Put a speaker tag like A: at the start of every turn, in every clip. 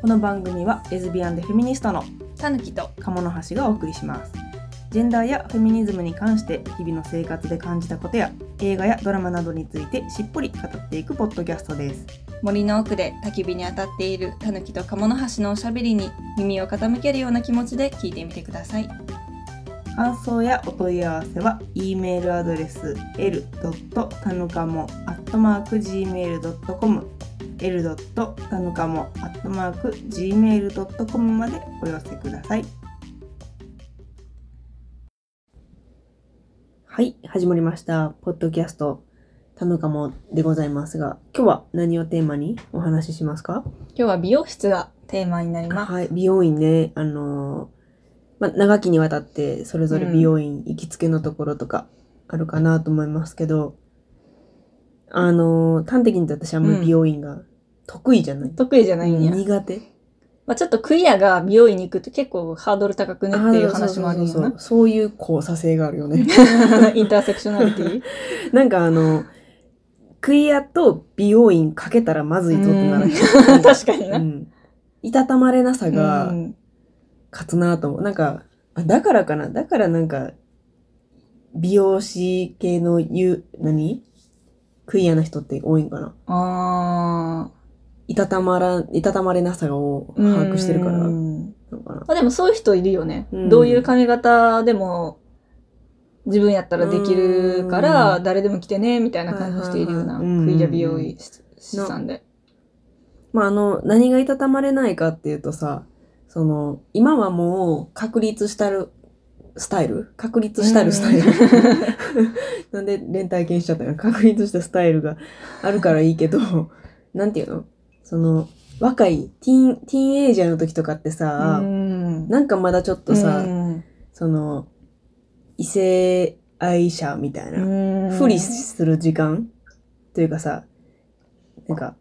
A: この番組はレズビアンでフェミニストの
B: たぬきと
A: 鴨の橋がお送りしますジェンダーやフェミニズムに関して日々の生活で感じたことや映画やドラマなどについてしっぽり語っていくポッドキャストです
B: 森の奥で焚き火に当たっているたぬきと鴨の橋のおしゃべりに耳を傾けるような気持ちで聞いてみてください
A: 感想やお問い合わせは e メールアドレス l. たぬかも @gmail.com l. たぬかも @gmail.com までお寄せくださいはい始まりましたポッドキャストたぬかもでございますが今日は何をテーマにお話ししますか
B: 今日は美容室がテーマになります
A: はい、美容院ね、あのーまあ、長きにわたってそれぞれ美容院行きつけのところとかあるかなと思いますけど、あのー端的に言うと私はあんまり美容院が得意じゃない。
B: 得意じゃないんや、
A: うん苦手。
B: まあ、ちょっとクイアが美容院に行くと結構ハードル高くねっていう話もあるよ
A: そうそうそう
B: な
A: そうそういう交差性があるよ ね。
B: インターセクショナリティ
A: なんかあの、クイアと美容院かけたらまずいぞってならへん
B: うん確かにな、
A: うん。いたたまれなさが、
B: うん
A: 勝つなと思う。なんか、あだからかな。だからなんか、美容師系のゆ、何クイアな人って多いんかな。
B: あ
A: いたたまら、いたたまれなさを
B: ー
A: 把握してるから、
B: う
A: なんのかな。
B: まあ、でもそういう人いるよね、
A: うん
B: どういう髪型でも自分やったらできるから
A: うん
B: 誰でも来てねみたいな感じの人いるような、
A: はいはいはいうん
B: クイア美容師さんで。
A: まあ、あの、何がいたたまれないかっていうとさ、その、今はもう確立したる、スタイル確立したるスタイル。 なんで連帯犬しちゃったの確立したスタイルがあるからいいけど、なんていうのその、若い、ティーン、ティーンエイジャーの時とかってさ、
B: な
A: なんかまだちょっとさ、
B: うん
A: その、異性愛者みたいな、
B: うん
A: 不利する時間というかさ、なんか、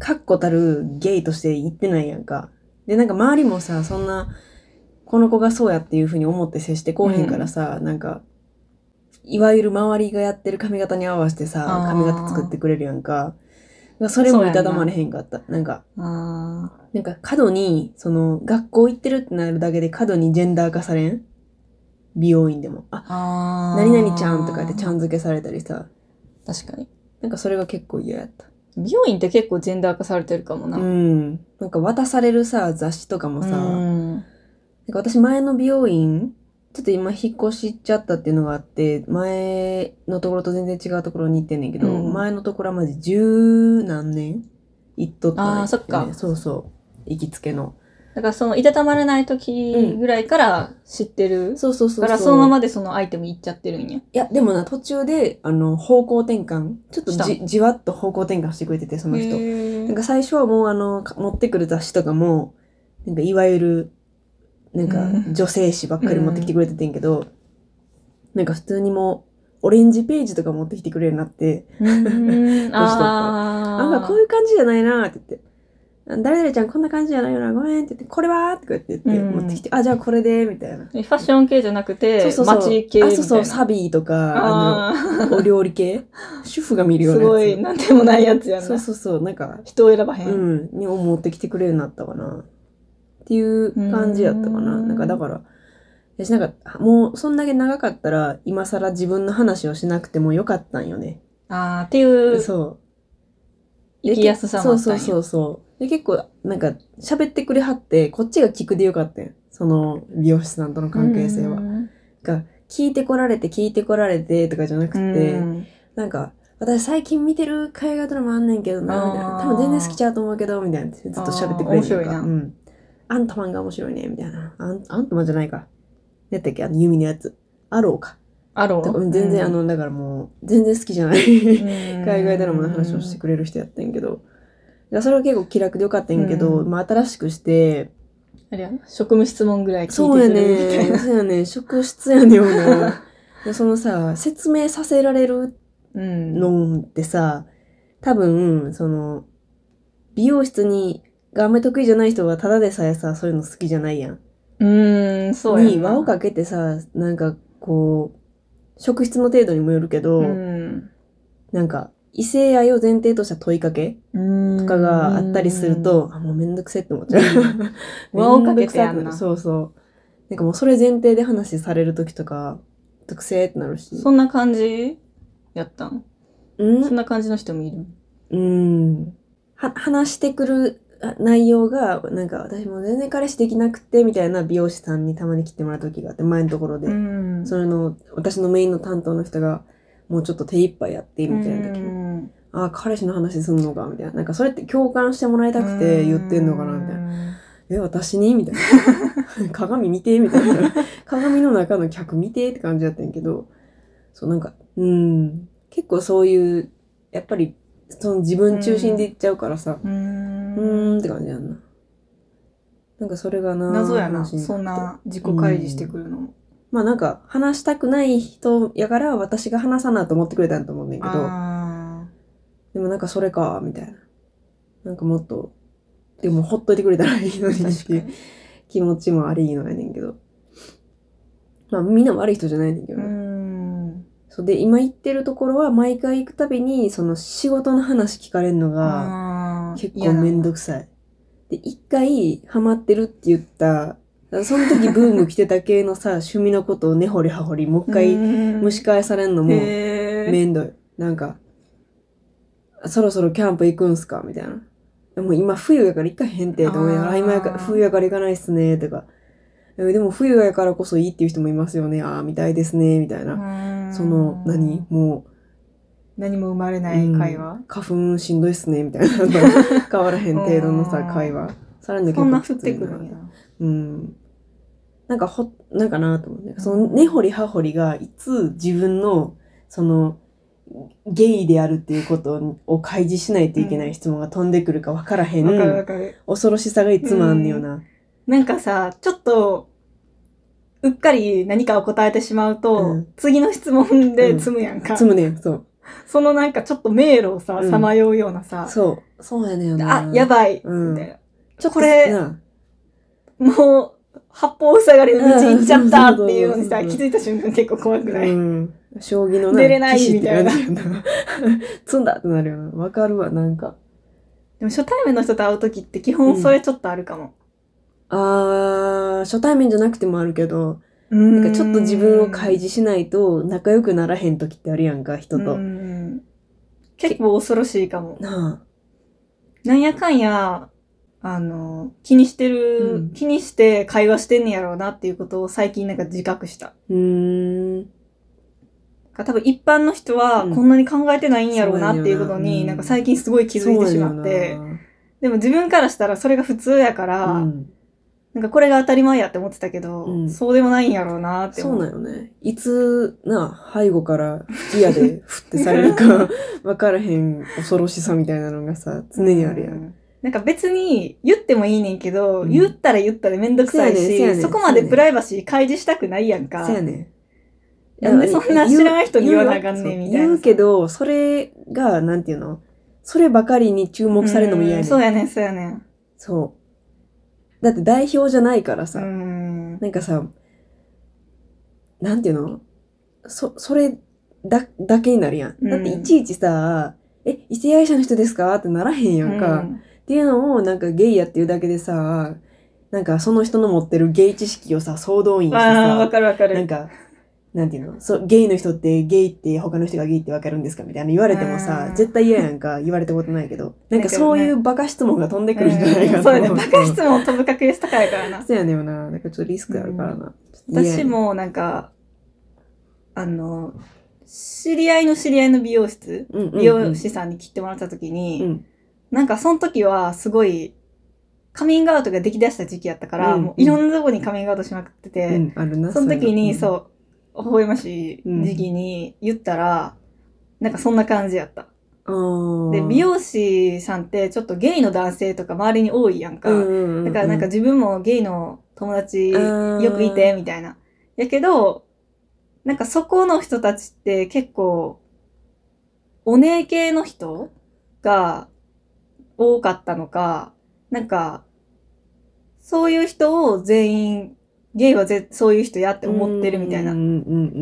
A: 確固たるゲイとして言ってないやんか。で、なんか周りもさ、そんな、この子がそうやっていうふうに思って接してこうへんからさ、なんか、いわゆる周りがやってる髪型に合わせてさ
B: あ、ー
A: 髪型作ってくれるやんか。だからそれもいたたまれへんかった。なんか、
B: あ
A: なんか過度に、その、学校行ってるってなるだけで過度にジェンダー化されん美容院でも。あ、
B: ーあー
A: 何々ちゃんとか言ってちゃん付けされたりさ。
B: 確かに
A: なんかそれが結構嫌やった。
B: 美容院って結構ジェンダー化されてるかもな、
A: うん。なんか渡されるさ、雑誌とかもさ、なんか
B: うん
A: 私前の美容院、ちょっと今引っ越しちゃったっていうのがあって、前のところと全然違うところに行ってんねんけど、
B: うん
A: 前のところはマジ十何年行っとったんやてね
B: あーそっか
A: そうそう。行きつけの。
B: だからそのいたたまれない時ぐらいから知ってる、
A: そうそうそうそう。
B: からそのままでそのアイテムいっちゃってるんや
A: いや、でもな、途中で、あの、方向転換、ちょっと
B: した
A: じ、じわっと方向転換してくれてて、その人。
B: へー
A: なんか最初はもう、あの、か持ってくる雑誌とかも、なんかいわゆる、なん
B: う
A: か
B: ん
A: 女性誌ばっかり持ってきてくれててんけど、なんか普通にもう、オレンジページとか持ってきてくれるようになって、
B: うんあ
A: あ、なんかこういう感じじゃないなって言って、あ誰々ちゃんこんな感じじゃないよな、ごめんって言って、これはってこうやって言って、
B: うん
A: 持ってきて、あ、じゃあこれで、みたいな。
B: ファッション系じゃなくて、街系みたいな。
A: あ、そうそう、サビーとか、あの、
B: あ
A: お料理系主婦が見る
B: ー
A: よう
B: す
A: なやつ
B: ごい、なんでもないやつやん
A: そう
B: な。
A: そうそうなんか
B: 人を選ばへ。
A: うんんに持ってきてくれるようになったかなっていう感じやったかな
B: うん
A: なんかだから私なんかもうそんだけ長かったら今更自分の話をしなくてもよかったんよね
B: あーっていう、
A: そう
B: 生きやすさも
A: そ
B: あ
A: う
B: ったん
A: そ
B: や
A: うそうそうで結構なんか喋ってくれはってこっちが聞くでよかったよその美容師さんとの関係性は
B: うん
A: が聞いてこられて聞いてこられてとかじゃなくて、
B: うん
A: なんか、私最近見てる海外ドラマあんねんけどな、みたいな。
B: あー
A: 多分全然好きちゃうと思うけど、みたいな。ずっと喋ってくれる
B: あー面白いな
A: うん。アントマンが面白いね、みたいな。アンアントマンじゃないか。何やったっけあの、弓のやつ。アローか。
B: あろ
A: とか
B: う
A: 全然、あ、の、だからもう、全然好きじゃない。海
B: 海
A: 外ドラマの話をしてくれる人やったんやけど。いやそれは結構気楽でよかったんやけど、
B: うん
A: まあ新しくして、
B: あれやな職務質問ぐらい聞
A: そうや
B: いてくれるみたい
A: ね
B: な。
A: そうやね職質や ねん、俺でそのさ、説明させられる
B: うん
A: のってさ、多分、その、美容室に、があんまり得意じゃない人はただでさえさ、そういうの好きじゃないやん。
B: うん、そうやな。
A: に輪をかけてさ、なんかこう、職質の程度にもよるけど、
B: うん
A: なんか、異性愛を前提とした問いかけ
B: と
A: とかがあったりする、と、あ、もうめんどくせえって思っちゃ う。
B: うん輪を
A: め
B: かけ
A: んどく
B: て
A: さ
B: やんな
A: くるそうそう。なんかもうそれ前提で話される時とか、めんどくせえってなるし。
B: そんな感じやったん
A: うん
B: そんな感じの人もいる
A: うん。は、話してくるあ内容が、なんか私も全然彼氏できなくて、みたいな美容師さんにたまに来てもらう時があって、前のところで。
B: ん
A: それの、私のメインの担当の人が、もうちょっと手一杯やって、みたいな時に。あ、彼氏の話すんのかみたいな。なんかそれって共感してもらいたくて言ってんのかなみたいな。
B: な。
A: え、私にみたい な。鏡見てみたいな。鏡の中の客見てって感じだったんやけど、そうなんか、うん。結構そういう、やっぱり、その自分中心でいっちゃうからさ、
B: う。
A: うんーんって感じやんな。なんかそれがな
B: 謎やな、
A: 話にって
B: そんな自己開示してくるのも。
A: まあなんか、話したくない人やから私が話さなと思ってくれたんやと思うんだけど、
B: あ
A: でもなんかそれか、みたいな。なんかもっと、でもほっといてくれたらいいのにっ
B: ー
A: ていう
B: 確かに。
A: 気持ちもありのやねんけど。まあみんな悪い人じゃないねんだけど
B: う
A: ね、
B: ん。
A: そうで、今行ってるところは毎回行くたびに、その仕事の話聞かれるのが
B: あー
A: 結構めんどくさい。で、一回ハマってるって言った、その時ブーム来てた系のさ、趣味のことを根掘り葉掘り、もう一回蒸し返されんのも、
B: へ ー
A: めんどい。なんか、そろそろキャンプ行くんすかみたいな。でも今冬やから行かへんって、と思いながら、
B: あー
A: あ今やから冬やから行かないっすね、とか。えでも冬やからこそいいっていう人もいますよね。ああ、みたいですね、みたいな。
B: うん
A: その、何も
B: 何も生まれ
A: う、
B: ない会
A: う
B: 話
A: ん花粉しんどいっすね、みたいなのと 変わらへん程度のさ
B: う、ん
A: 会話。さらに
B: そんな
A: 結構き
B: 降っ
A: つい
B: てくるんや。
A: うん。なんかほ、なんかなと思うね。その根掘り葉掘りがいつ自分の、その、ゲイであるっていうことを開示しないといけない質問が飛んでくるか分からへん。
B: わかるわかる。
A: 恐ろしさがいつもあんねよな。
B: なんかさ、ちょっと、うっかり何かを答えてしまうと、
A: うん
B: 次の質問で積むやんか。
A: つむねん、そう。
B: そのなんかちょっと迷路をさ、
A: うん
B: さまようようなさ、
A: そう。そうやねんよな。
B: あ、やばい、
A: うん
B: みたいな。
A: ちょっと
B: これ
A: な
B: もう、八方塞がりの道行っちゃったっていうのにさ、
A: うん
B: 気づいた瞬間結構怖くない、
A: うん。将棋のな、
B: 出れない
A: 棋士っ
B: み
A: て
B: たいな
A: 感じやな。 積んだってなるよな。わかるわ、なんか。
B: でも初対面の人と会うときって基本それちょっとあるかも。
A: あー、初対面じゃなくてもあるけど、
B: な
A: なんかちょっと自分を開示しないと仲良くならへん時ってあるやんか、人と。
B: うん結構恐ろしいかも。
A: なあ。
B: なんやかんや、あの、気にしてる、
A: うん
B: 気にして会話してんねやろうなっていうことを最近なんか自覚した。
A: うーん。
B: 多分一般の人は
A: うん
B: こんなに考えてないんやろうなっていうこと
A: そうやねん
B: に、
A: な
B: なんか最近すごい気づいてしまって、でも自分からしたらそれが普通やから、
A: そうなんよなうん
B: なんかこれが当たり前やって思ってたけど、
A: うん
B: そうでもないんやろうなって
A: そう
B: 思
A: なん
B: う。
A: よね。いつ、なあ、背後からギアで振ってされる か分からへん恐ろしさみたいなのがさ、常にあるやん。
B: ん。なんか別に言ってもいいねんけど、
A: うん
B: 言ったら言ったらめんどくさい
A: そうやねんそ
B: し、
A: うやねん
B: そこまでプライバシー開示したくないやんか。
A: そうやね。
B: なんでそんな知らない人に言わなあかんねん
A: 言う
B: みたいな
A: 言うけど、それが、なんていうのそればかりに注目されるのも嫌や
B: うん
A: ね。
B: そうんやねん、そうやねん。
A: そう。だって代表じゃないから
B: う
A: さ、
B: ん。
A: なんかさ、なんていうのそ、それだ、だけになるやん。
B: うん
A: だっていちいちさ、え、異性愛者の人ですかってならへんやんか。
B: う
A: っていうのを、なんかゲイやっていうだけでさ、なんかその人の持ってるゲイ知識をさ、総動員して
B: ああ、わ
A: さ、
B: かるわかる。
A: なんか、なんていうのそう、ゲイの人ってゲイって他の人がゲイってわかるんですかみたいな言われても
B: う
A: さ
B: ん、
A: 絶対嫌やんか。言われたことないけ ど。なんか
B: だけどね
A: そういうバカ質問が飛んでくるんじゃないか
B: うん
A: と
B: そう
A: 思
B: や
A: う
B: ね。バカ質問飛ぶ確率高いからな。
A: そうやねんよな。なんかちょっとリスクあるからな。ちょっと嫌やね
B: 私。もなんか、あの、知り合いの知り合いの美容室、
A: うんうんうん
B: 美容師さんに切ってもらった時に、
A: うん
B: なんかその時はすごい、カミングアウトができだした時期やったから、
A: うん
B: もういろんなとこにカミングアウトしまくって
A: う
B: て、
A: ん、あるな。
B: その時に
A: う
B: そう、微笑ましい時期に言ったら、なんかそんな感じやった。
A: いうの。
B: で、美容師さんってちょっとゲイの男性とか周りに多いやんか。だ
A: だ
B: からなんか、自分もゲイの友達
A: うん
B: よくいて、みたいな。やけど、なんかそこの人たちって結構、お姉系の人が多かったのか、なんか、そういう人を全員ゲイはぜそういう人やって思ってるみたいな、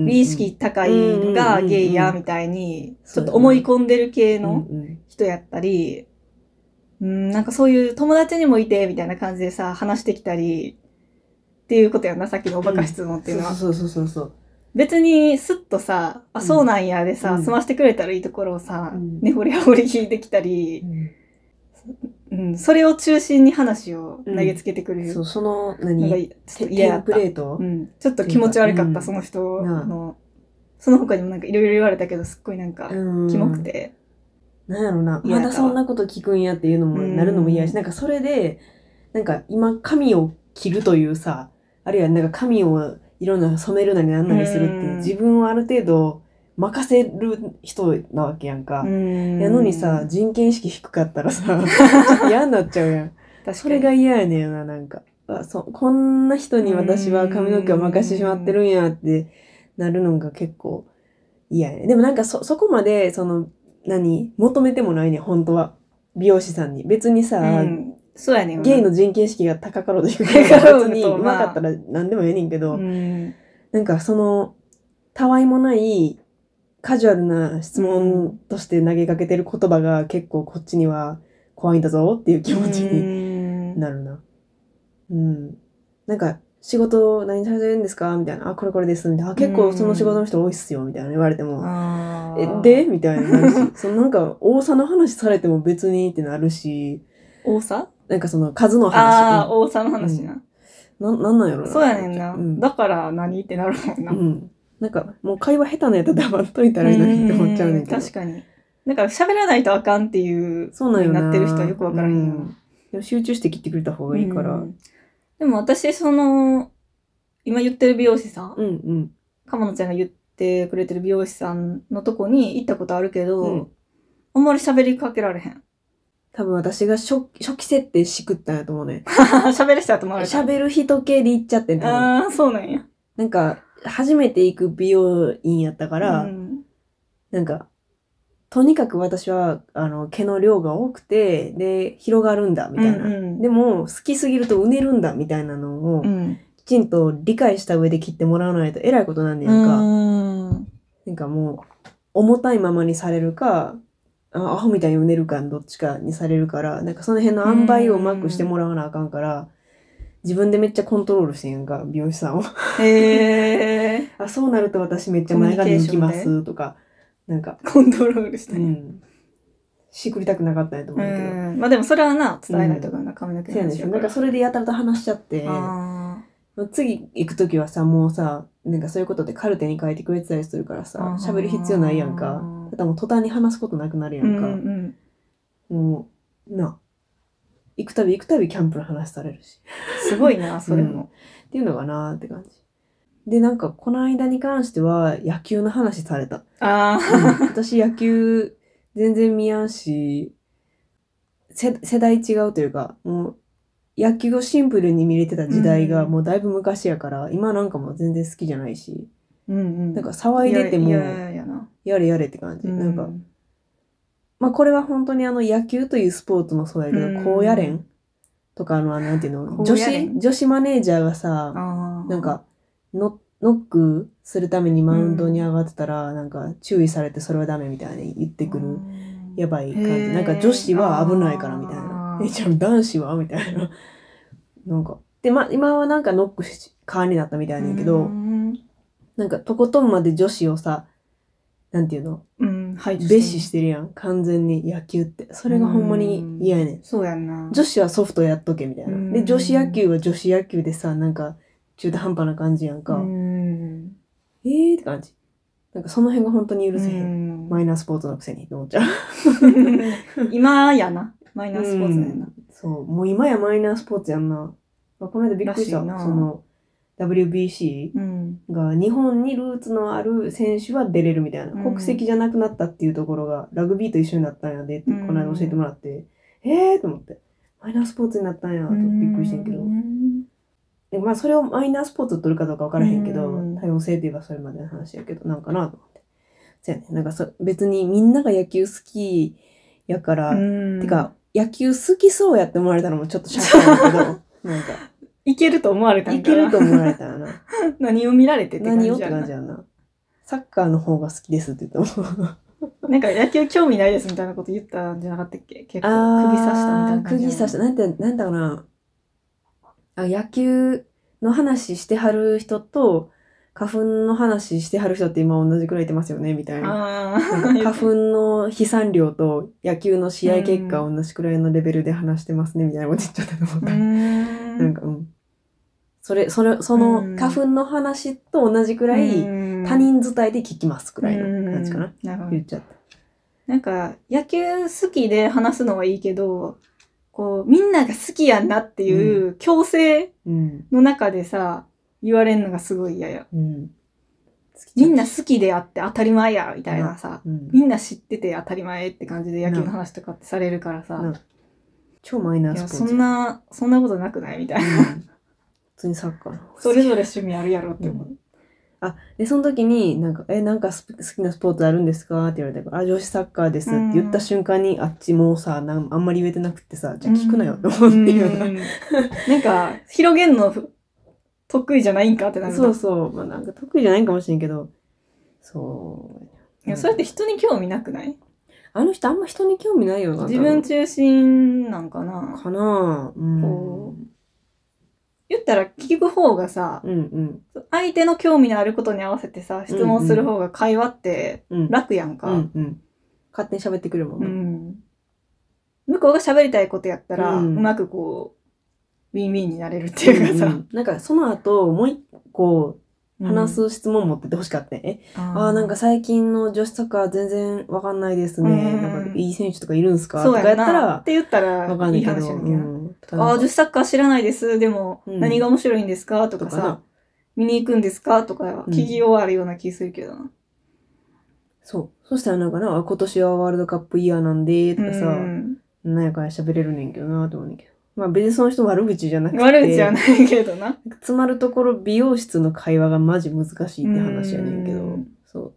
B: 美意識高いのがゲイやみたいに、ちょっと思い込んでる系の人やったり、うん、なんかそういう友達にもいてみたいな感じでさ、話してきたり、っていうことやんな、さっきのおバカ質問っていうのは。
A: そうそうそうそう
B: 別にスッとさ、あ、
A: うん
B: そうなんやでさ、
A: うん
B: 済ましてくれたらいいところをさ、
A: うん
B: 根掘り葉掘り聞いてきたり、うん、それを中心に話を投げつけてく
A: そう
B: る。
A: そうその
B: なんか
A: 何
B: ちょっと嫌
A: テ
B: や
A: ン
B: っ
A: プ
B: た
A: レ。ート
B: うん、ちょっと気持ち悪かった、
A: うん
B: その人
A: なあ
B: の。その他にもなんかいろいろ言われたけど、すっごいなんか、キ
A: キ
B: モくて。
A: なんやろな、
B: 嫌
A: ま
B: やったわ
A: だそんなこと聞くんやっていうのも、
B: うん
A: なるのも嫌やし、なんかそれで、なんか今髪を切るというさ、あるいはなんか髪をいろんな染めるなりなんなりするっていう、
B: うん
A: 自分をある程度任せる人なわけやんか。やのにさ、人権意識低かったらさ、 ちょっと嫌になっちゃうやん。
B: 確
A: それが嫌やねんな、なんか。あそこんな人に私は髪の毛を任してしまってるんやってなるのが結構嫌やね。でもなんかそ、そこまで、その、何求めてもないねん、本当は。美容師さんに。別にさ、
B: うん、そうやねん。
A: ゲイの人権意識が高かろうと低かろうと別 に
B: 高かろうと
A: う
B: まあ
A: まかったら何でもええねんけど、
B: うん、
A: なんかその、たわいもないカジュアルな質問として投げかけてる言葉が結構こっちには怖いんだぞっていう気持ちに
B: に
A: なるな。うん。なんか、仕事何されてるんですかみたいな。あ、これこれです。みたいな。あ、結構その仕事の人多いっすよ。みたいな言われても。
B: あ
A: え
B: ー
A: でみたいになるし。そのなんか、多さの話されても別にってなるし、
B: 多さ
A: なんかその数の
B: ああ、
A: 話。
B: 多さの話な。
A: なんなんなんやろな。
B: そうやねんな。
A: うん。
B: だから何ってなるもんな。
A: うんなんか、もう会話下手なやつは黙っといたらいいのにって思っちゃうねんけど。
B: 確かに。だから喋らないとあかんっていう
A: そうなんよ
B: なってる人はよくわからへんよ
A: うでも集中して切ってくれた方がいいから。
B: う
A: うん
B: んでも私、その、今言ってる美容師さん、
A: うん。
B: 鴨野ちゃんが言ってくれてる美容師さんのとこに行ったことあるけど、
A: うん
B: あんまり喋りかけられへん。
A: 多分私が初初期設定しくったんやと思うねん。
B: 喋る人は止まる。
A: 喋る人系で行っちゃってんだ
B: ああ、そうなんや。
A: なんか、初めて行く美容院やったから、
B: うん
A: なんか、とにかく私は、あの、毛の量が多くて、で、広がるんだ、みたいな。
B: うんうん
A: でも、好きすぎるとうねるんだ、みたいなのを、
B: うん。
A: きちんと理解した上で切ってもらわないとえらいことなんねやんか。
B: うん。
A: なんかもう、重たいままにされるか、あアホみたいにうねるかどっちかにされるから、なんかその辺の塩梅をうまくしてもらわなあかんから、自分でめっちゃコントロールしてんやんか、美容師さんを。
B: へえ。
A: あ、そうなると私めっちゃ前髪浮きま
B: コミュ
A: すとか、なんか、
B: コントロールした
A: う
B: ね。
A: ん。しくりたくなかったんやと
B: う
A: 思うんだけど。
B: ん。まあでもそれはな、伝えないとかな、髪の毛
A: そうやねん
B: 話や
A: なん
B: ら
A: かそれでやたらと話しちゃって、
B: あ
A: 次行くときはさ、もうさ、なんかそういうことでカルテに書いてくれてたりするからさ
B: あ、ー
A: 喋る必要ないやんか。だからもう途端に話すことなくなる
B: ー
A: や
B: うんん
A: か。
B: うん。
A: もう、な、行くたび行くたびキャンプの話されるし。
B: すごいな、それも。
A: っていうのかなーって感じ。で、なんかこの間に関しては野球の話され た。
B: ああ。
A: うん私野球全然見やんし世世代違うというかもう野球をシンプルに見れてた時代
B: う
A: が
B: ん
A: もうだいぶ昔やから、今なんかもう全然好きじゃないし
B: うんうん。
A: なんか騒いでても
B: いやいやいやいやな。
A: やれやれって感じ、なん
B: う
A: かまあこれは本当にあの野球というスポーツもそうやけど、
B: うん
A: こうやれんとかあのあのなんていうの
B: こ
A: 女
B: うやれん
A: 子女子マネージャーがさ
B: あー
A: なんかノノックするためにマウンドに上がってたら、なんか注意されてそれはダメみたいに言ってくる。
B: うん
A: やばい感
B: へ
A: じ。
B: ー
A: なんか女子は危ないからみたいな
B: あ。ー
A: え、じゃあ男子はみたいな。なんか。で、ま、今はなんかノックし、ーになったみたいなんやけ
B: う
A: ど、
B: ん
A: なんかとことんまで女子をさ、なんていうの
B: うん、排除
A: 蔑視してるやん。完全に野球って。それがほんまに嫌やねん。
B: そうやんな。
A: 女子はソフトやっとけみたい
B: うん
A: な。で、女子野球は女子野球でさ、なんか中途半端な感じやんか。
B: うん。
A: えーって感じ。なんかその辺が本当に許せへん。
B: ん
A: マイナースポーツのくせにって思っちゃう。
B: 今やな。マイナースポーツだよな。
A: そう、もう今やマイナースポーツやんな。まあ、この間びっくりした。
B: ら
A: そ
B: しいな
A: の WBC
B: うん。
A: が日本にルーツのある選手は出れるみたいな。
B: うん
A: 国籍じゃなくなったっていうところがラグビーと一緒になったんやでって、
B: うん
A: この間教えてもらって、えーと思って。マイナースポーツになったんやとびっくりしてんけど
B: う。ん
A: でまあそれをマイナースポーツと取るかどうか分からへんけど、
B: うん
A: 多様性といえばそれまでの話やけど、なんかなと思って。そうやね。なんかそ別にみんなが野球好きやから、
B: うん
A: てか、野球好きそうやって思われたのもちょっとシャッだけど、なんか、
B: いけると思われた
A: い
B: ん
A: け
B: かな。
A: ると思われたらな。
B: 何を見られてって感
A: 何
B: じや
A: をっ
B: な
A: て感じやな。サッカーの方が好きですって言っても。
B: なんか野球興味ないですみたいなこと言ったんじゃなかったっけ結構
A: あ
B: 釘刺したみたいな
A: ー
B: 感じ。
A: 釘刺した。。なんて、なんだろうな。あ、野球の話してはる人と、花粉の話してはる人って今同じくらいいてますよね、みたいな。
B: あ
A: なんか花
B: あ。
A: 粉の飛散量と野球の試合結果同じくらいのレベルで話してますね、みたいなこと言っちゃったと思っ
B: う
A: た。
B: ーん。
A: なんか、うん。それ、それ、そ
B: うん
A: の花粉の話と同じくらい、他
B: 他
A: 人伝いで聞きますくらいの感じかな。
B: なるほど
A: 言っちゃった。
B: なんか、野球好きで話すのはいいけど、こう、みんなが好きやんなっていう強制
A: うん。
B: の中でさ、言われるのがすごい嫌や。
A: うん。
B: みんな好きであって当たり前や、みたいなさ。
A: うん、
B: みんな知ってて当たり前って感じで野球の話とかってされるからさ。
A: な超マイナ
B: い
A: ー
B: や、
A: スポ
B: そ
A: ーツ
B: ん
A: や。
B: な、そんなことなくないみたいな。
A: うん普通にサッカーの方が好き
B: それぞれ趣味あるやろって思う。
A: あ、で、その時に、なんか、え、なんかスポ好きなスポーツあるんですかって言われたから、あ、女子サッカーですって言った瞬間に、あっちもうさなん、あんまり言えてなくってさ、じゃあ聞くなよって思ってるような。
B: んなんか、広げんの得意じゃないんかってな る
A: そうそう、まあなんか得意じゃないかもしれんけど、そう。
B: いやそれって人に興味なくない
A: あの人あんま人に興味ないよな。
B: 自分中心なんか
A: 多分
B: な
A: かなぁ。うん。
B: こ言ったら聞く方がさ
A: う、んうん。
B: 相手の興味のあることに合わせてさ、質問する方が会話って
A: うん。
B: 楽やんか。
A: うんうん。勝手に喋ってくるもん
B: う
A: な。
B: ん向こうが喋りたいことやったら、う
A: うん
B: まくこう、ウィンウィンになれるっていうかさ、
A: うんなんかその後、もう一個
B: うん
A: 話。す質問持っててほしかったね。え、
B: あ
A: ああ、なんか最近の女子サッカー全然わかんないです
B: う
A: ね。
B: ん
A: なんかいい選手とかいるんすか
B: そ
A: と
B: う
A: か
B: や
A: やっ
B: んな
A: た
B: っ
A: ら
B: て言ったら、
A: わかんないい
B: い
A: けど。
B: 話やんけ
A: う
B: ど。
A: ん
B: ああ、女子サッカー知らないです。でも、
A: うん
B: 何が面白いんですかとか
A: とか
B: さ
A: な、
B: 見に行くんですかとか、聞きようあるような気するけどな。
A: そう。そしたらなんかな、あ今年はワールドカップイヤーなんで、とかさ、
B: うん
A: なんやかんや喋れるねんけどな、と思うねんけど。まあ別にその人悪口じゃなくて。
B: 悪口じゃないけどな。
A: 詰まるところ美容室の会話がマジ難しいって話やねんけ
B: う
A: ど
B: ん
A: そう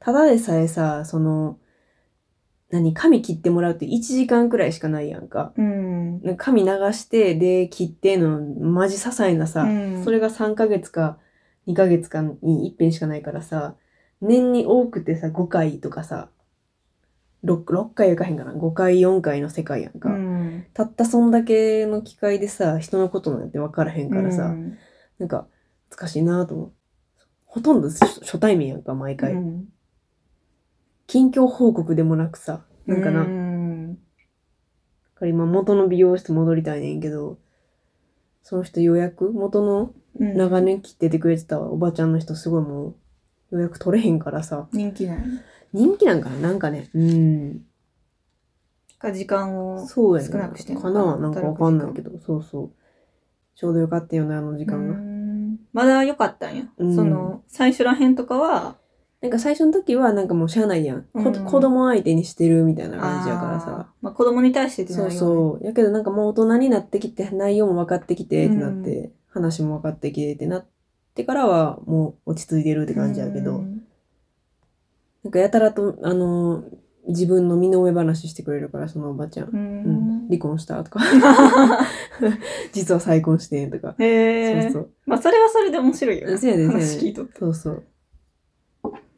A: ただでさえさその何髪切ってもらうって1時間くらいしかないやんか
B: うん。
A: なんか髪流してで切ってのマジ些細なさ、
B: うん
A: それが3ヶ月か2ヶ月かに一遍しかないからさ年に多くてさ5回とかさ 6, 6回はいかへんかな5回4回の世界やんか、
B: うん
A: たったそんだけの機会でさ人のことなんて分からへんからさ、
B: うん
A: なんか、難しいなと思う。ほとんど初初対面やんか、毎回。
B: うん
A: 近況報告でもなくさ。なんかな。
B: う
A: だ
B: ん
A: から今、元の美容室戻りたいねんけど、その人予約元の
B: うん
A: 長年切っててくれてたおばちゃんの人すごいもう、予約取れへんからさ。
B: 人気ない。
A: 人気なんかななんかね。うん。
B: か時間を。
A: そうやね
B: 少なくしてんの
A: か
B: か
A: な
B: な
A: なんかわかんないけど、そうそう。ちょうどよかったよね、あの時間が。
B: うんまだ良かったんや。
A: うん
B: その、最初らへんとかは、
A: なんか最初の時はなんかもうしゃあないやん。こ
B: うん
A: 子供相手にしてるみたいな感じやから
B: あー
A: さ。
B: まあ子供に対してって
A: そう
B: う。
A: そう。やけどなんかもう大人になってきて、内容も分かってきてってなって、話も分かってきてってなってからは、もう落ち着いてるって感じやけど、
B: うん
A: なんかやたらと、あのー自分の身の上話してくれるから、そのおばちゃん。
B: うん
A: うん、離婚した とか、実は再婚してんとか。
B: へえ。
A: そうそう。
B: まあ、それはそれで面白いよな。
A: そうやで、そうや
B: 話聞
A: で
B: いとって。
A: そうそう。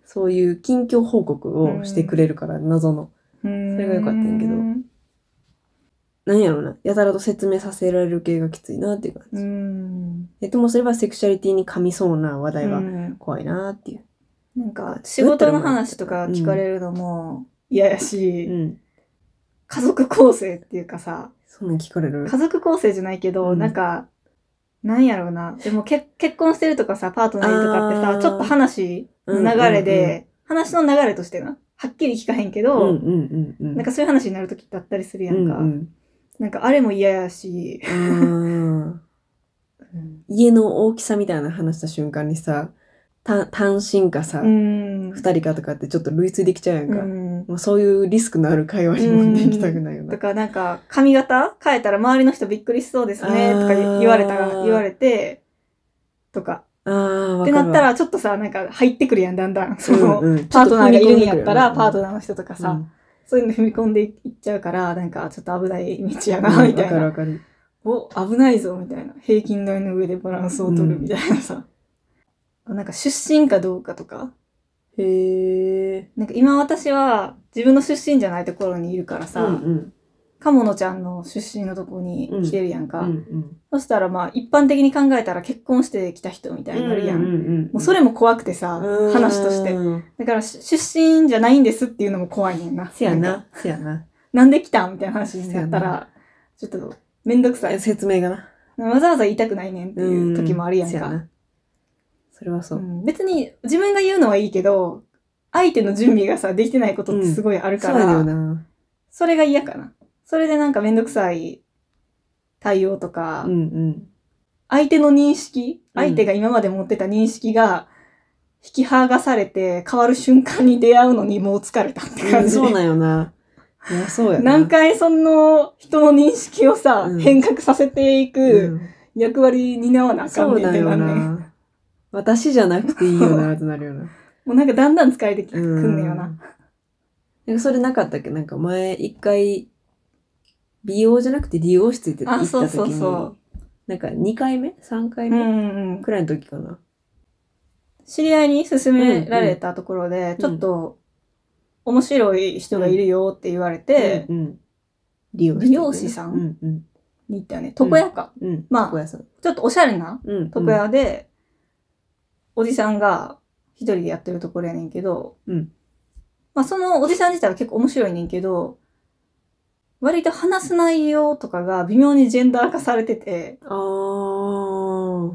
A: そういう近況報告をしてくれるから、謎の。
B: それ
A: れが良かったんやけどなんやろな。やたらと説明させられる系がきついなっていう感じ。
B: うん。
A: えともすればセクシャリティに噛みそうな話題
B: う
A: は
B: ん
A: 怖いなっていう。
B: なんか、仕事の話とか聞かれるのも嫌やし、
A: うん。
B: 家族構成っていうかさ、
A: そんなん聞かれる
B: 家族構成じゃないけど、
A: うん
B: なんか、なんやろうな。でも結結婚してるとかさ、パートナーいるとかって
A: あ
B: さ、
A: ー
B: ちょっと話の流れで、話の流れとしてな、はっきり聞かへんけ
A: うん
B: ど、
A: うんうんうん。
B: なんかそういう話になるときだったりするや
A: うんん
B: か。
A: うん、
B: なんかあれも嫌やし、
A: あー家の大きさみたいな話した瞬間にさ、た単身かさ、
B: う
A: 二、
B: ん。
A: 人かとかってちょっと類推できちゃうやんか。
B: うん
A: もうそういうリスクのある会話に持っていきたくないよな。
B: とか、なんか、髪型変えたら周りの人びっくりしそうですね、
A: あ
B: と
A: ー
B: か言われたら、言われて、とか。
A: ああ、
B: っ
A: わ
B: て
A: かるわ。
B: なったら、ちょっとさ、なんか入ってくるやん、だんだん。その、
A: うんうん
B: パートナーがいるんやったら、パート
A: ナ
B: ナーの人とかさ、そういうの踏み込んでいっちゃうから、なんかちょっと危ない道や
A: うん、
B: な、
A: うん
B: みた
A: わ
B: い
A: かる
B: な
A: わかる。
B: お、危ないぞ、みたいな。平均台の上でバランスを取るみたいなさ。なんか出身かどうかとか。
A: へえ。
B: なんか今私は自分の出身じゃないところにいるからさ、
A: うんうん
B: かものちゃんの出身のとこに来てるやんか。
A: うんうん
B: そしたらまあ一般的に考えたら結婚してきた人みたいになるやん。
A: うんうんうん
B: もうそれも怖くてさ、
A: うん
B: 話として。だからし出身じゃないんですっていうのも怖いねんな。
A: せや
B: なんか。
A: な。せやな。
B: なんで来たみたいな話になった
A: せや
B: ら、ちょっとめんどくさい。
A: 説明がな。
B: わざわざ言いたくないねんっていう時もあるやん
A: せ
B: か。
A: なそれはそうう。
B: ん別に自分が言うのはいいけど、相手の準備がさ、できてないことってすごいある
A: そ
B: か
A: うだ
B: ら、
A: よな。
B: それが嫌かな。それでなんかめんどくさい対応とか、
A: うんうん。
B: 相手の認識、
A: うん
B: 相手が今まで持ってた認識が、引き剥がされて変わる瞬間に出会うのにもう疲れたって
A: う
B: 感
A: ん
B: じ。
A: そうなんよな。 いや、そうやな。
B: 何回その人の認識をさ、
A: うん
B: 変革させていうく
A: ん
B: 役割担わなあか
A: そ
B: ん
A: う
B: ねんっ
A: だ
B: てな
A: よ
B: んねん。
A: な。私じゃなくていいよな、ってなるよ な。
B: もうなんかだんだん疲れてきく
A: うん
B: ねんよ
A: ん
B: な。。
A: なんかそれなかったっけなんか前一回、美容じゃなくて理容室行って行っ
B: あ、
A: た時に。
B: そうそうそう。
A: なんか2回目 ?3 回
B: うんう
A: 目、
B: んうん
A: くらいの時かな。
B: 知り合いに勧められたところで、ちょっと面白い人がいるよって言われて、
A: うんうん、理容室
B: 理容師さん
A: うんうん。
B: に行ったよね。床屋か。
A: うん。
B: まあ
A: 床屋さん。
B: ちょっとおしゃれな
A: うん。
B: 床屋で、おじさんが一人でやってるところやねんけど、
A: うん
B: まあそのおじさん自体は結構面白いねんけど、割と話す内容とかが微妙にジェンダー化されてて、
A: あー。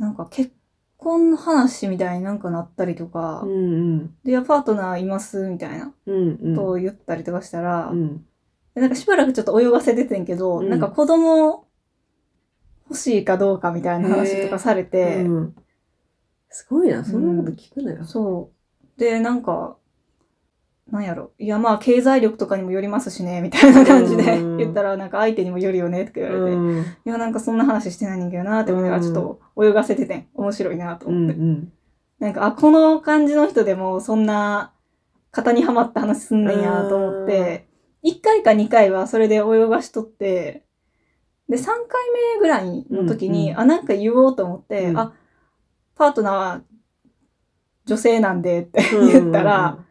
B: なんか結婚の話みたいになんかなったりとか、
A: うんうん。
B: で、いやパートナーいますみたいな
A: うんうん。
B: ことを言ったりとかしたら、
A: うん。
B: でなんかしばらくちょっと泳がせててんけど、
A: うん
B: なんか子供欲しいかどうかみたいな話とかされて、
A: うんすごいな。そんなこと聞くなよ。
B: そう。で、なんか、なんやろ。いや、まあ、経済力とかにもよりますしね、みたいな感じで
A: うん
B: 言ったら、なんか相手にもよるよね、とか言われて、い
A: うん。
B: や、なんかそんな話してないねんだけどな、って思いながら、
A: う
B: ちょ
A: ん
B: っと泳がせててん。面白いな、と
A: う
B: 思っ
A: ん
B: て。
A: うん。
B: なんか、あ、この感じの人でも、そんな、型にはまった話すんねんや、と思って、1回か2回はそれで泳がしとって、で、3回目ぐらいの時
A: うん
B: に、
A: うん
B: あ、なんか言おうと思って、
A: うん
B: あ、パートナーは女性なんでって言ったら、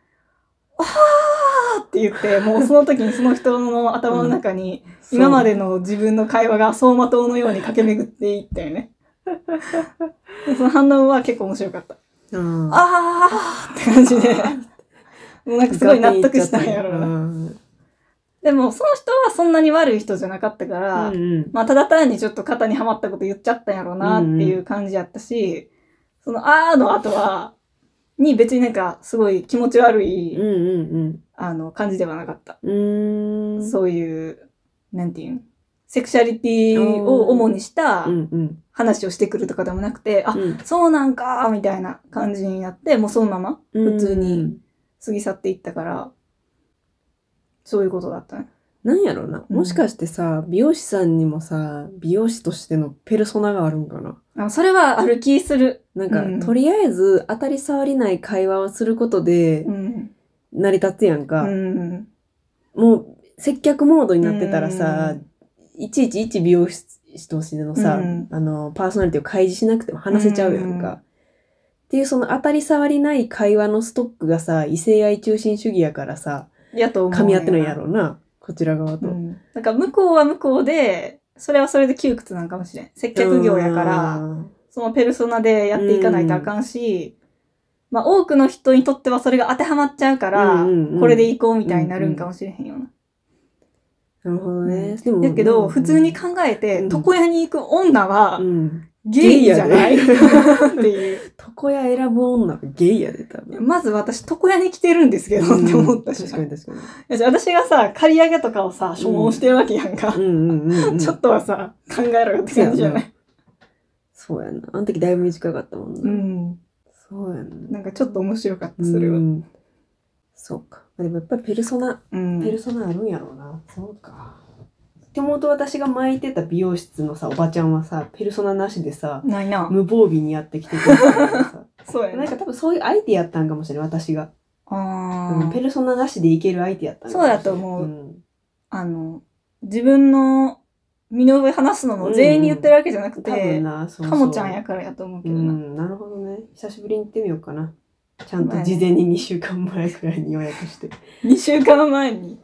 B: あーって言って、もうその時にその人の頭の中に、
A: うん、
B: 今までの自分の会話が走馬灯のように駆け巡っていったよ ね。でその反応は結構面白かった。
A: そう、うん
B: あーって感じで、もうなんかすごい納得したんやろ
A: う
B: な。
A: ん
B: でも、その人はそんなに悪い人じゃなかったから、
A: うん
B: まあ、ただ単にちょっと肩にはまったこと言っちゃったんやろうなっていう感じやったし、その、あーの後は、に別になんかすごい気持ち悪い、
A: うんうん
B: あの、感じではなかった。
A: うん。うーん。
B: そういう、なんていうんセクシャリティを主にした
A: うんうん
B: 話をしてくるとかでもなくて、あ、
A: うん。
B: そうなんかーみたいな感じになって、もうそのまま普通に
A: うん。
B: 過ぎ去っていったから、そういうことだったね。
A: なんやろうな。
B: うん
A: もしかしてさ、美容師さんにもさ、美容師としてのペルソナがあるんかな。
B: あそれはある気する。
A: なんか、
B: うん
A: とりあえず当たり障りない会話をすることで
B: うん。
A: 成り立つやん
B: う
A: か。
B: ん。
A: もう接客モードになってたらさ、いちいち一美容室としてのさ、
B: うん
A: あの、パーソナリティを開示しなくても話せちゃうやんか。
B: うん
A: っていうその当たり障りない会話のストックがさ、異性愛中心主義やからさ、
B: うん、やと思う。
A: 噛み合ってないやろうな、こちら側と。
B: うん。なんか向こうは向こうで、それはそれで窮屈なんかもしれん。接客業やから、
A: うん
B: そのペルソナでやっていかないとあかんし、まあ多くの人にとってはそれが当てはまっちゃうから、
A: うんうんうん
B: これでいこうみたいになるんかもしれへんよな。
A: なるほど
B: う
A: ね。
B: ん
A: でも
B: だけど、普通に考えて、床屋に行く女は、
A: うん。
B: ゲイじゃない っ
A: ゲ
B: ていう。
A: 床屋選ぶ女はゲイやで、多分。
B: まず私、床屋に来てるんですけどって思ったし、
A: うん確かに確か
B: いや私がさ、借り上げとかをさ、所望してるわけやんか。
A: に。うんうんうん、うん。
B: ちょっとはさ、考えろよって感じじゃない。
A: そうやな。あの時だいぶ短かったもんな。
B: うん。
A: そうやな。
B: なんかちょっと面白かった、それは
A: う。んそうか。まあでもやっぱりペルソナ、
B: うん。
A: ペルソナあるんやろうな。そうか。って思うと私が巻いてた美容室のさ、おばちゃんはさ、ペルソナなしでさ、
B: ないな。
A: 無防備にやってきてくれたからさ。
B: そうや
A: な。
B: なん
A: か多分そういう相手やったんかもしれない、私が。
B: あ
A: うん、ペ
B: ー
A: ルソナなしでいける相手やったんかもしれん
B: そうやと思う
A: うん
B: あの、自分の身の上話すのも全員に言ってるわけじゃなく
A: 多分
B: て、
A: な、そうそう
B: かもちゃんやからやと思うけ
A: う
B: どな。
A: ん、なるほどね。久しぶりに行ってみようかな。ちゃんと事前に2週間前くらいに予約 して。
B: 2週間前に。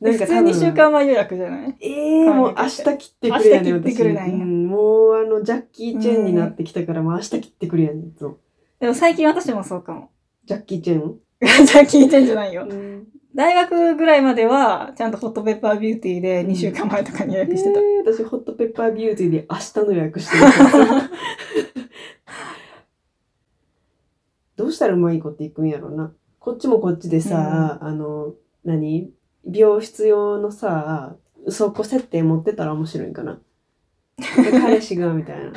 A: なん
B: 普
A: か
B: 通
A: 多分
B: 2週間前予約じゃない
A: ええもう明日切ってくれやねん
B: 明日切ってくれなん
A: 私
B: や
A: うんもうあの、ジャッキー・チェンになってきたから、もう明日切ってくれやねん、いつも
B: でも最近私もそうか も。
A: ジャッキー・チェン、
B: じゃあ聞いてんじゃないよ。
A: うん、
B: 大学ぐらいまでは、ちゃんとホットペッパービューティーで2週間前とかに予
A: え
B: 約してた。
A: ー、私、ホットペッパービューティーで明日の予約してる からどうしたらうまいこといくんやろうな。こっちもこっちでさ、あの、何病室用のさ、そこ設定持ってたら面白いんかな。で彼氏が、みたいな。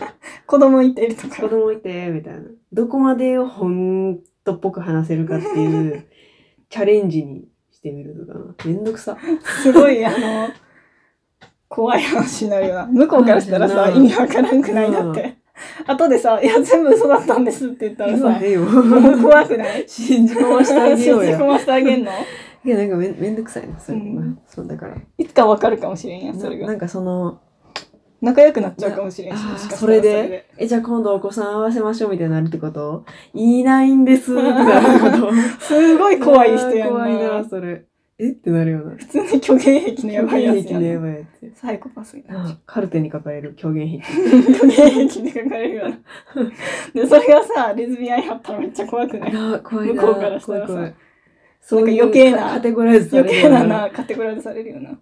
B: 子供いてると
A: 子
B: か。
A: 供いてみたいなどこまでを本当っぽく話せるかっていう チャレンジにしてみるとかなめんどくさ
B: すごい、あの、怖い話になるよな。向こうからしたらさ、
A: うん
B: 意味わからんくないだって。後でさ、いや、全部嘘だったんですって言ったら
A: 言
B: さ、
A: わ
B: も
A: へんよ
B: う怖くない
A: 信じ込ましてあげよう
B: 信じ
A: や
B: 込ませてあげんの
A: いやなんかめんめんどくさいなそれ、
B: うん
A: そうだから
B: いつかわかるかもしれんやん、そ
A: な
B: れ
A: な
B: が。
A: んかその
B: 仲良くなっちゃうかもしれんし、
A: あー
B: もしかしたら
A: それでえじゃあ今度お子さん合わせましょうみたいになるって こといないんですってなるってこと
B: それですごい怖い人やんな。
A: 怖いなそれえってなるような
B: 普通に虚言癖のやばいやつ
A: 狂言
B: や
A: ねや
B: ん。
A: ばいやつ
B: サイコパスや
A: あカルテに書かれる狂言癖
B: 虚言癖に書かれるよな。で、それがさ、レズビアンやったらめっちゃ怖くない
A: あ怖いな
B: 向こうからしたら
A: 怖
B: さ
A: い怖い
B: な
A: そ
B: ん
A: う
B: か
A: いう
B: 余計な
A: カテゴライズされ
B: 余
A: る
B: 計なな、カテゴライズされるよな。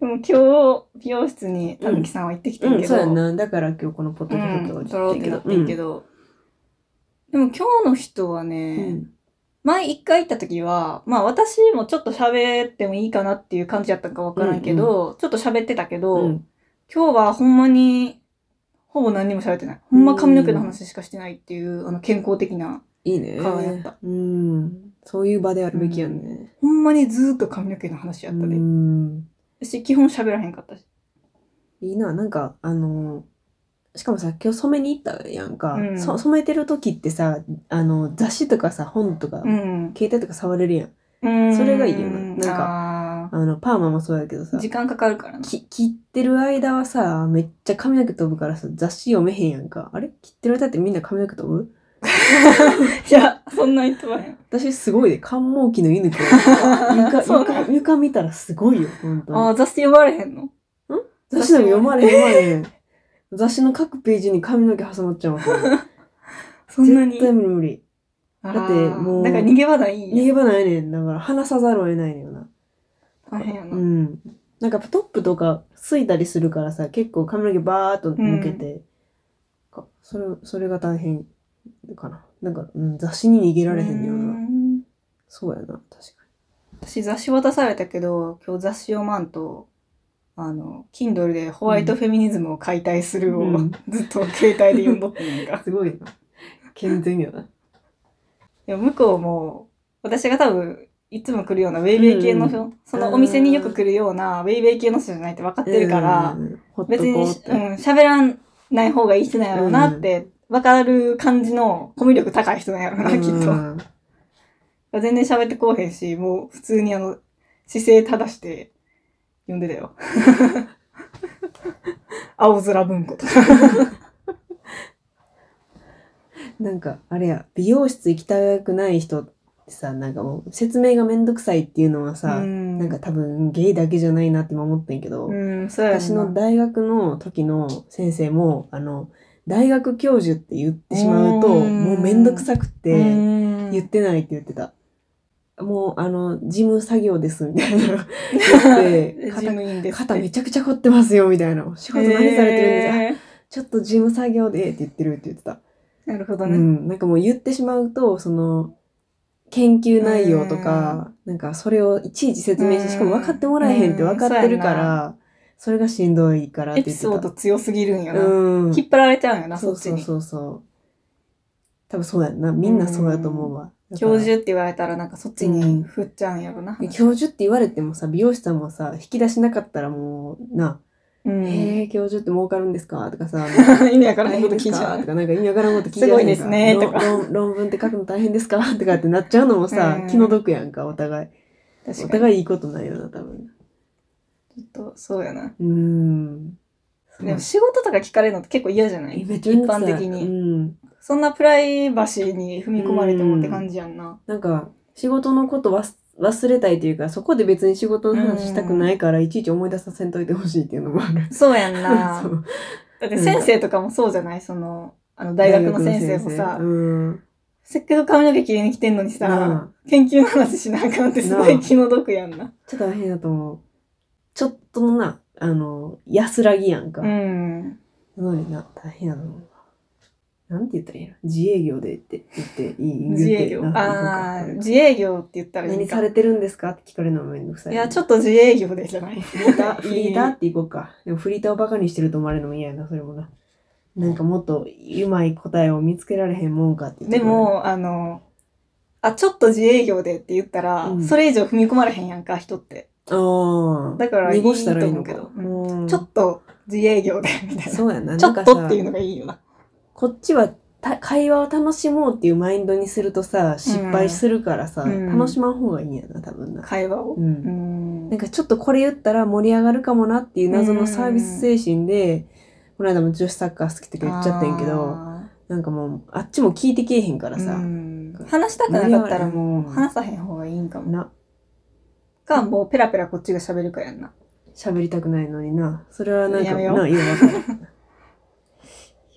B: でも今日、美容室にたぬきさんは行ってきて
A: うんん、
B: け
A: そ
B: ど、
A: うやんな。だから今日このポッドキャスト
B: う
A: が
B: ん、
A: 来
B: 撮ろうってなってんけ
A: ど。
B: ど、でも今日の人はね、
A: うん
B: 前一回行った時は、まあ私もちょっと喋ってもいいかなっていう感じやったんかわからんけど、ちょっと喋ってたけど、
A: うん
B: 今日はほんまに、ほぼ何にも喋ってない。ほんま髪の毛の話しかしてないっていう、あの健康的な、
A: いいね。
B: 顔やった
A: うん。そういう場であるべきやんね。
B: ほんまにずーっと髪の毛の話や
A: う
B: ったで。
A: ん。
B: 私基本喋らへんかったし。
A: いいな。なんか、あの、しかもさ、今日染めに行ったやんか。
B: うん
A: そ染めてる時ってさ、あの、雑誌とかさ、本とか、
B: うん。
A: 携帯とか触れるやん。
B: うん
A: それがいいよななん
B: か、
A: あの、パーマもそうだけど
B: あー
A: さ、
B: 時間かかるからな。
A: き切ってる間はさ、めっちゃ髪の毛飛ぶからさ、雑誌読めへんやんか。あれ切ってる間ってみんな髪の毛飛ぶ
B: いや、そんなに飛ばへん。
A: 私すごいね、繁忙期の犬く ん床
B: そう
A: 床床見たらすごいよ、本
B: あ
A: 当
B: あ、
A: に。
B: 雑誌読まれへんの
A: 雑誌でも読まれへんわねん。雑誌の各ページに髪の毛挟まっちゃうわ。 これ
B: そんなに。
A: 絶対無理。
B: だ
A: だってもう
B: だから逃げ場ないん
A: 逃
B: や。
A: げ場ないねん。だから話さざるを得ないのよな。
B: 大変やな。
A: うん。なんかトップとかついたりするからさ、結構髪の毛バーっと抜けて、かそれ、それが大変かな。なんか、うん、雑誌に逃げられへんよう
B: う
A: な。
B: ん
A: そうやな、確か
B: 私雑誌渡されたけど、今日雑誌読まんと、あの、Kindle でホワイトフェミニズムを解体するを、
A: うん
B: ずっと携帯で読んどってんねん
A: に。
B: か。
A: すごいな。健全やな。
B: でも向こうも、私が多分、いつも来るようなウェイウェイ系の人、そのお店によく来るようなウェイウェイ系の人じゃないって分かってるから
A: う、ん、ほっとこ
B: 別に、うん
A: うって。、
B: 喋らない方がいい人なんやろうなって、分かる感じのコミュ力高い人なんやろうな、きっと。
A: うん
B: 全然喋ってこうへんし、もう普通にあの、姿勢正して読んでた よ。青空文庫とか。
A: なんか、あれや、美容室行きたくない人ってさ、なんかもう説明がめんどくさいっていうのはさ、
B: うん
A: なんか、多分ゲイだけじゃないなって今思ってんけど、
B: うん、そうやな
A: 私の大学の時の先生も、あの、大学教授って言ってしまうと、
B: うん
A: もうめんどくさく
B: う
A: て、
B: ん
A: 言ってないって言ってた。もう、あの、事務作業です、みたいな。 言って、
B: 事務員ですって。
A: 肩めちゃくちゃ凝ってますよ、みたいな。仕事何されてるんですか、ちょっと事務作業でって言ってるって言ってた。
B: えーなるほ
A: う
B: どね。
A: ん、なんかもう言ってしまうとその研究内容とか、なんかそれをいちいち説明し
B: うん
A: てしかも分かってもらえへんって分かってるから、それがしんどいからっ
B: エ
A: て
B: ピ
A: 言って
B: ソード
A: た。
B: 強すぎるんやな。
A: うん、
B: 引っ張られちゃうんやな、
A: そ
B: そうっち
A: そう
B: に。
A: そうそう多分そうやんなみんなそうやと思うわ、だから
B: 教授って言われたらなんかそっちに振っちゃうんやろな。
A: で教授って言われてもさ美容師さんもさ引き出しなかったらもうな「
B: うん。
A: へえ教授って儲かるんですか?」と かさ
B: 意味わから
A: 大
B: ない
A: 変
B: こと
A: で
B: 聞
A: す
B: いちゃ
A: か
B: う
A: と。か、なんか意味わからんこと聞いちゃう
B: すごいですね
A: なん
B: とか
A: 論論文って書くの大変ですか とかってなっちゃうのもさ
B: うん、
A: 気の毒やんか、お互い。
B: 確
A: お
B: かに。
A: 互いいいことないよな、多分。
B: ちょっと、そうやな。
A: うん。
B: でも仕事とか聞かれるのって結構嫌じゃない
A: えめっちゃめんどくさい
B: 一般的に
A: うん。
B: そんなプライバシーに踏み込まれてもって感じやんな。
A: なんか、仕事のこと忘忘れたいというか、そこで別に仕事の話したくないから、いちいち思い出させんといてほしいっていうのもある。
B: そうやんな
A: そ。う
B: だって先生とかもそうじゃないその、あの、大学の先生もさ、
A: うん。
B: せっかく髪の毛切りに来てんのにさ、
A: なあ
B: 研究の話しなあかんってすごい気の毒やんな。
A: ちょっと大変だと思う。ちょっとのな、あの、安らぎやんか。
B: うん。
A: すごいな、大変だと思うわ。なんて言ったらいいの自営業でって言っていい
B: 自営業。ああ、自営業って言ったらい
A: 何
B: い
A: さ
B: か。
A: れてるんですかって聞かれるのもめんどくさい。
B: いや、ちょ
A: っ
B: っと自営業でじゃない。
A: と。フリーター、 フリーターっていこうか。でもフリーターをバカにしてると思われるのも嫌やな、それもな。なんかもっとうまい答えを見つけられへんもんかって言って
B: で
A: くる、
B: も、あの、あ、ちょっと自営業でって言ったら、
A: うん
B: それ以上踏み込まれへんやんか、人って。
A: ああ。
B: だからいいと
A: 濁したらいい
B: 思
A: の
B: うけ
A: か
B: ど。
A: うん
B: ちょっと自営業で、みたいな。
A: そうやな。
B: ちょっとってい
A: の。
B: うのがいいよな。
A: こっちはた会話を楽しもうっていうマインドにするとさ、失敗するからさ、
B: うん
A: 楽しまん方がいいんやな、多分な。
B: 会話を。
A: うん
B: うん
A: なんかちょっとこれ言ったら盛り上がるかもなっていう謎のサービス精神で、この間も女子サッカー好きとか言っちゃってんけど、
B: あ
A: なんかもう、あっちも聞いてけえへんから
B: ー
A: さ
B: う、ん話したくなかったらもう
A: うん
B: 話さへん方がいいんかも。
A: な、
B: か、もうペラペラこっちが喋るかやんな。
A: 喋りたくないのにな。それはなんか、
B: やめよう
A: な、いや、わかる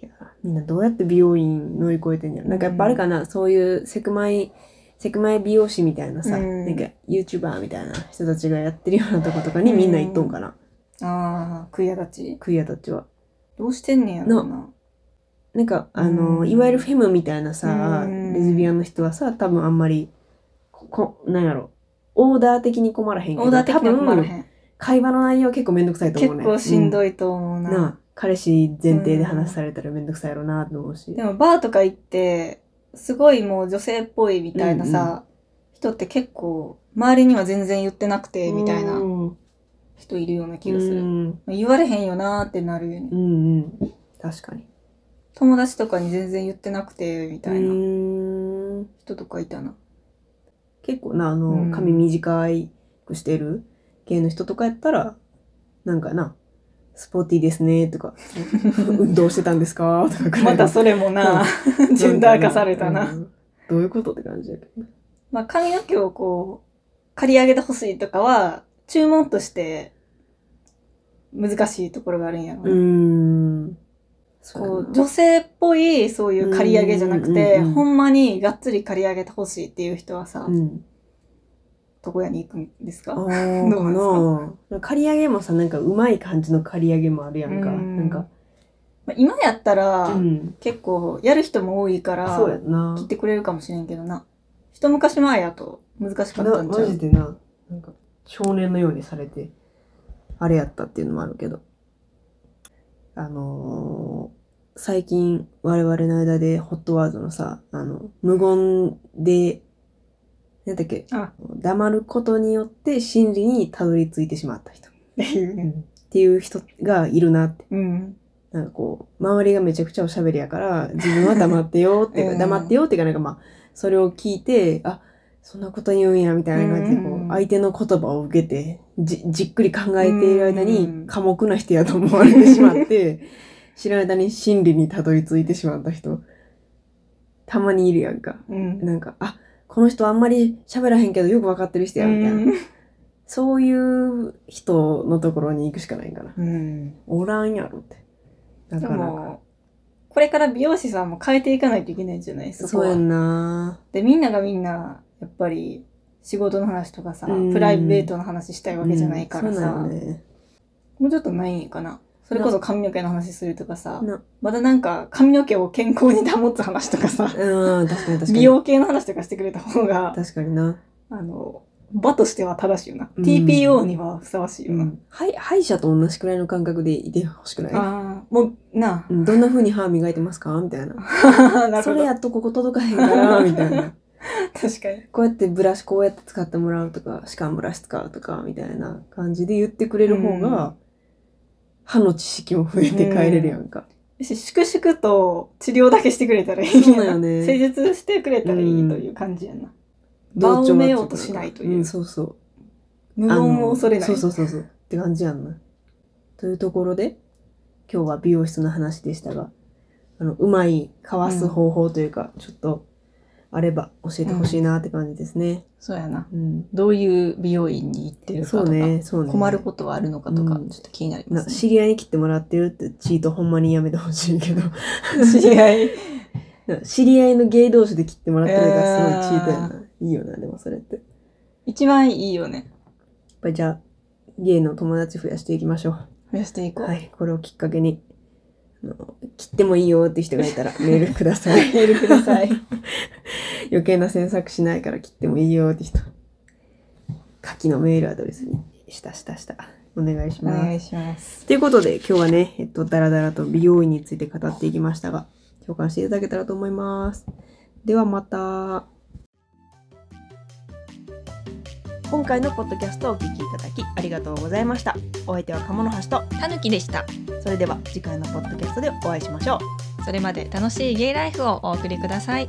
A: いやみんなどうやって美容院乗り越えてんやろ。なんかやっぱあれかな、そういうセクマイ、セクマイ美容師みたいなさ、
B: うん
A: なんか YouTuber みたいな人たちがやってるようなとことかにみんな行っとんかな、
B: ああ、食いやがち。
A: クイアたちは。
B: どうしてんねんやろな。
A: なんか、あの、
B: うん
A: いわゆるフェムみたいなさ、
B: うん
A: レズビアンの人はさ、多分あんまり、こ、こなんやろ、オーダー的に困らへんけど、
B: オーダー的には困らへ
A: 多分
B: ん。
A: 会話の内容は結構めんどくさいと思う
B: 結
A: ね。
B: 構しんど
A: い、
B: いと思う
A: な
B: な。
A: あ彼氏前提で話されたらめんどくさいやろなと思うし。
B: でもバーとか行って、すごいもう女性っぽいみたいなさ、人って結構、周りには全然言ってなくて、みたいな
A: うん
B: 人いるような気がす
A: う
B: る。
A: ん
B: 言われへんよなーってなるよね
A: う。んうん。確かに。
B: 友達とかに全然言ってなくて、みたいうな
A: ーん
B: 人とかいたな。
A: 結構な、あ
B: う
A: の、
B: ん
A: 髪短くしてる系の人とかやったら、なんかな、スポーティーですね、と か、運動してたんですかとかくらいの
B: またそれもな、 ジェンダー化された
A: う
B: な。
A: んどういうことって感じだけどね。
B: まあ髪の毛をこう、刈り上げてほしいとかは、注文として難しいところがあるんやろな。
A: ん。
B: こ
A: そう
B: う女性っぽいそういう刈り上げじゃなくて、
A: うんうんうん
B: ほんまにがっつり刈り上げてほしいっていう人はさ、
A: うん。
B: 床屋に行くんです
A: あ
B: か
A: ー
B: どうなん
A: かな。刈り上げもさ、なんかうまい感じの刈り上げもあるやんか。
B: うん
A: なんか。
B: まあ今やったら、
A: うん。
B: 結構やる人も多いから、
A: そうやんな
B: 切っ。てくれるかもしれんけどな。一昔前やと難しかった
A: なん
B: ちゃ
A: マジ
B: う
A: でな、なんか少年のようにされて、あれやったっていうのもあるけど。あのー最近我々の間でホットワードのさ、あの、無言で、なんだっけ、
B: あ
A: 黙ることによって真理にたどり着いてしまった人、
B: っていうね。
A: っていう人がいるなって。
B: うん。
A: なんかこう、周りがめちゃくちゃおしゃべりやから、自分は黙ってよっていう
B: う
A: か、
B: ん
A: 黙ってよっていうか、なんかまあ、それを聞いて、あ、そんなこと言うんや、みたいな感じで、こ
B: うん
A: う、相手の言葉を受けて、じ、じっくり考えている間
B: う
A: に
B: ん、
A: 寡黙な人やと思われてしまって、 知らない間に真理にたどり着いてしまった人、たまにいるやんか。
B: うん。
A: なんか、あ、この人あんまり喋らへんけどよくわかってる人や、みたいな。そういう人のところに行くしかないんかな。
B: うん。
A: おらんやろって。な
B: で
A: かなか。
B: も、これから美容師さんも変えていかないといけないんじゃないそこ
A: そう
B: は
A: やんな。
B: で、みんながみんな、やっぱり、仕事の話とかさ、
A: うん
B: プライベートの話したいわけじゃないか
A: う
B: らさ、
A: んそうなんよね。
B: もうちょっとないんかな。それこそ髪の毛の話するとかさ
A: な、
B: まだなんか髪の毛を健康に保つ話とかさ、
A: うん、確かに確かに。
B: 美容系の話とかしてくれた方が、
A: 確かにな。
B: あの、場としては正しいよな。
A: うん
B: TPO にはふさわしいよな。
A: はい、歯医者と同じくらいの感覚でいてほしくない
B: ああ、もう、な
A: うんどんな風に歯磨いてますかみたいな。
B: あ。なる
A: そ
B: ほ
A: れ
B: ど。
A: やっとここ届かへんから、みたいな。
B: 確かに。
A: こうやってブラシこうやって使ってもらうとか、歯間ブラシ使うとか、みたいな感じで言ってくれる方が、歯の知識も増えて帰れるやんか。
B: し、粛々と治療だけしてくれたらいい
A: そうだよ
B: やな。
A: ね
B: 施術してくれたらいいという感じやな。場を埋めようとしないという
A: うん、そうそう。
B: 無言を恐れない。
A: あのそうそうそうそう。って感じやんな。というところで、今日は美容室の話でしたが、あの、うまいかわす方法というか、ちょっと、あれば教えてほしいなって感じですね。
B: そうやな。
A: うん。
B: どういう美容院に行ってるかと
A: そ
B: か、
A: うね、そうね。
B: 困ることはあるのかとか、
A: うん
B: ちょっと気になりま
A: な
B: す、ね。
A: 知り合いに切ってもらってるってチートほんまにやめてほしいけど
B: 知り合い。
A: な知り合いの芸同士で切ってもらってるからすごいチートやな、いいよなでもそれってやっ
B: 一番いいよね。
A: ぱりじゃあ芸の友達増やしていきましょ
B: 増やしていこ
A: う
B: う。
A: はいこれをきっかけにあの切ってもいいよって人がいたらメールください
B: メールください。
A: 余計な詮索しないから切ってもいいよって人下記のメールアドレスにしたしたしたお願いし
B: お
A: ます
B: 願いします。
A: ということで、今日はね、えっと、だらだらと美容院について語っていきましたが、共感していただけたらと思います。ではまた。今回のポッドキャストをお聞きいただきありがとうございました。お相手は鴨の橋と、
B: たぬきでした。
A: それでは次回のポッドキャストでお会いしましょう。
B: それまで楽しいゲイライフをお送りください。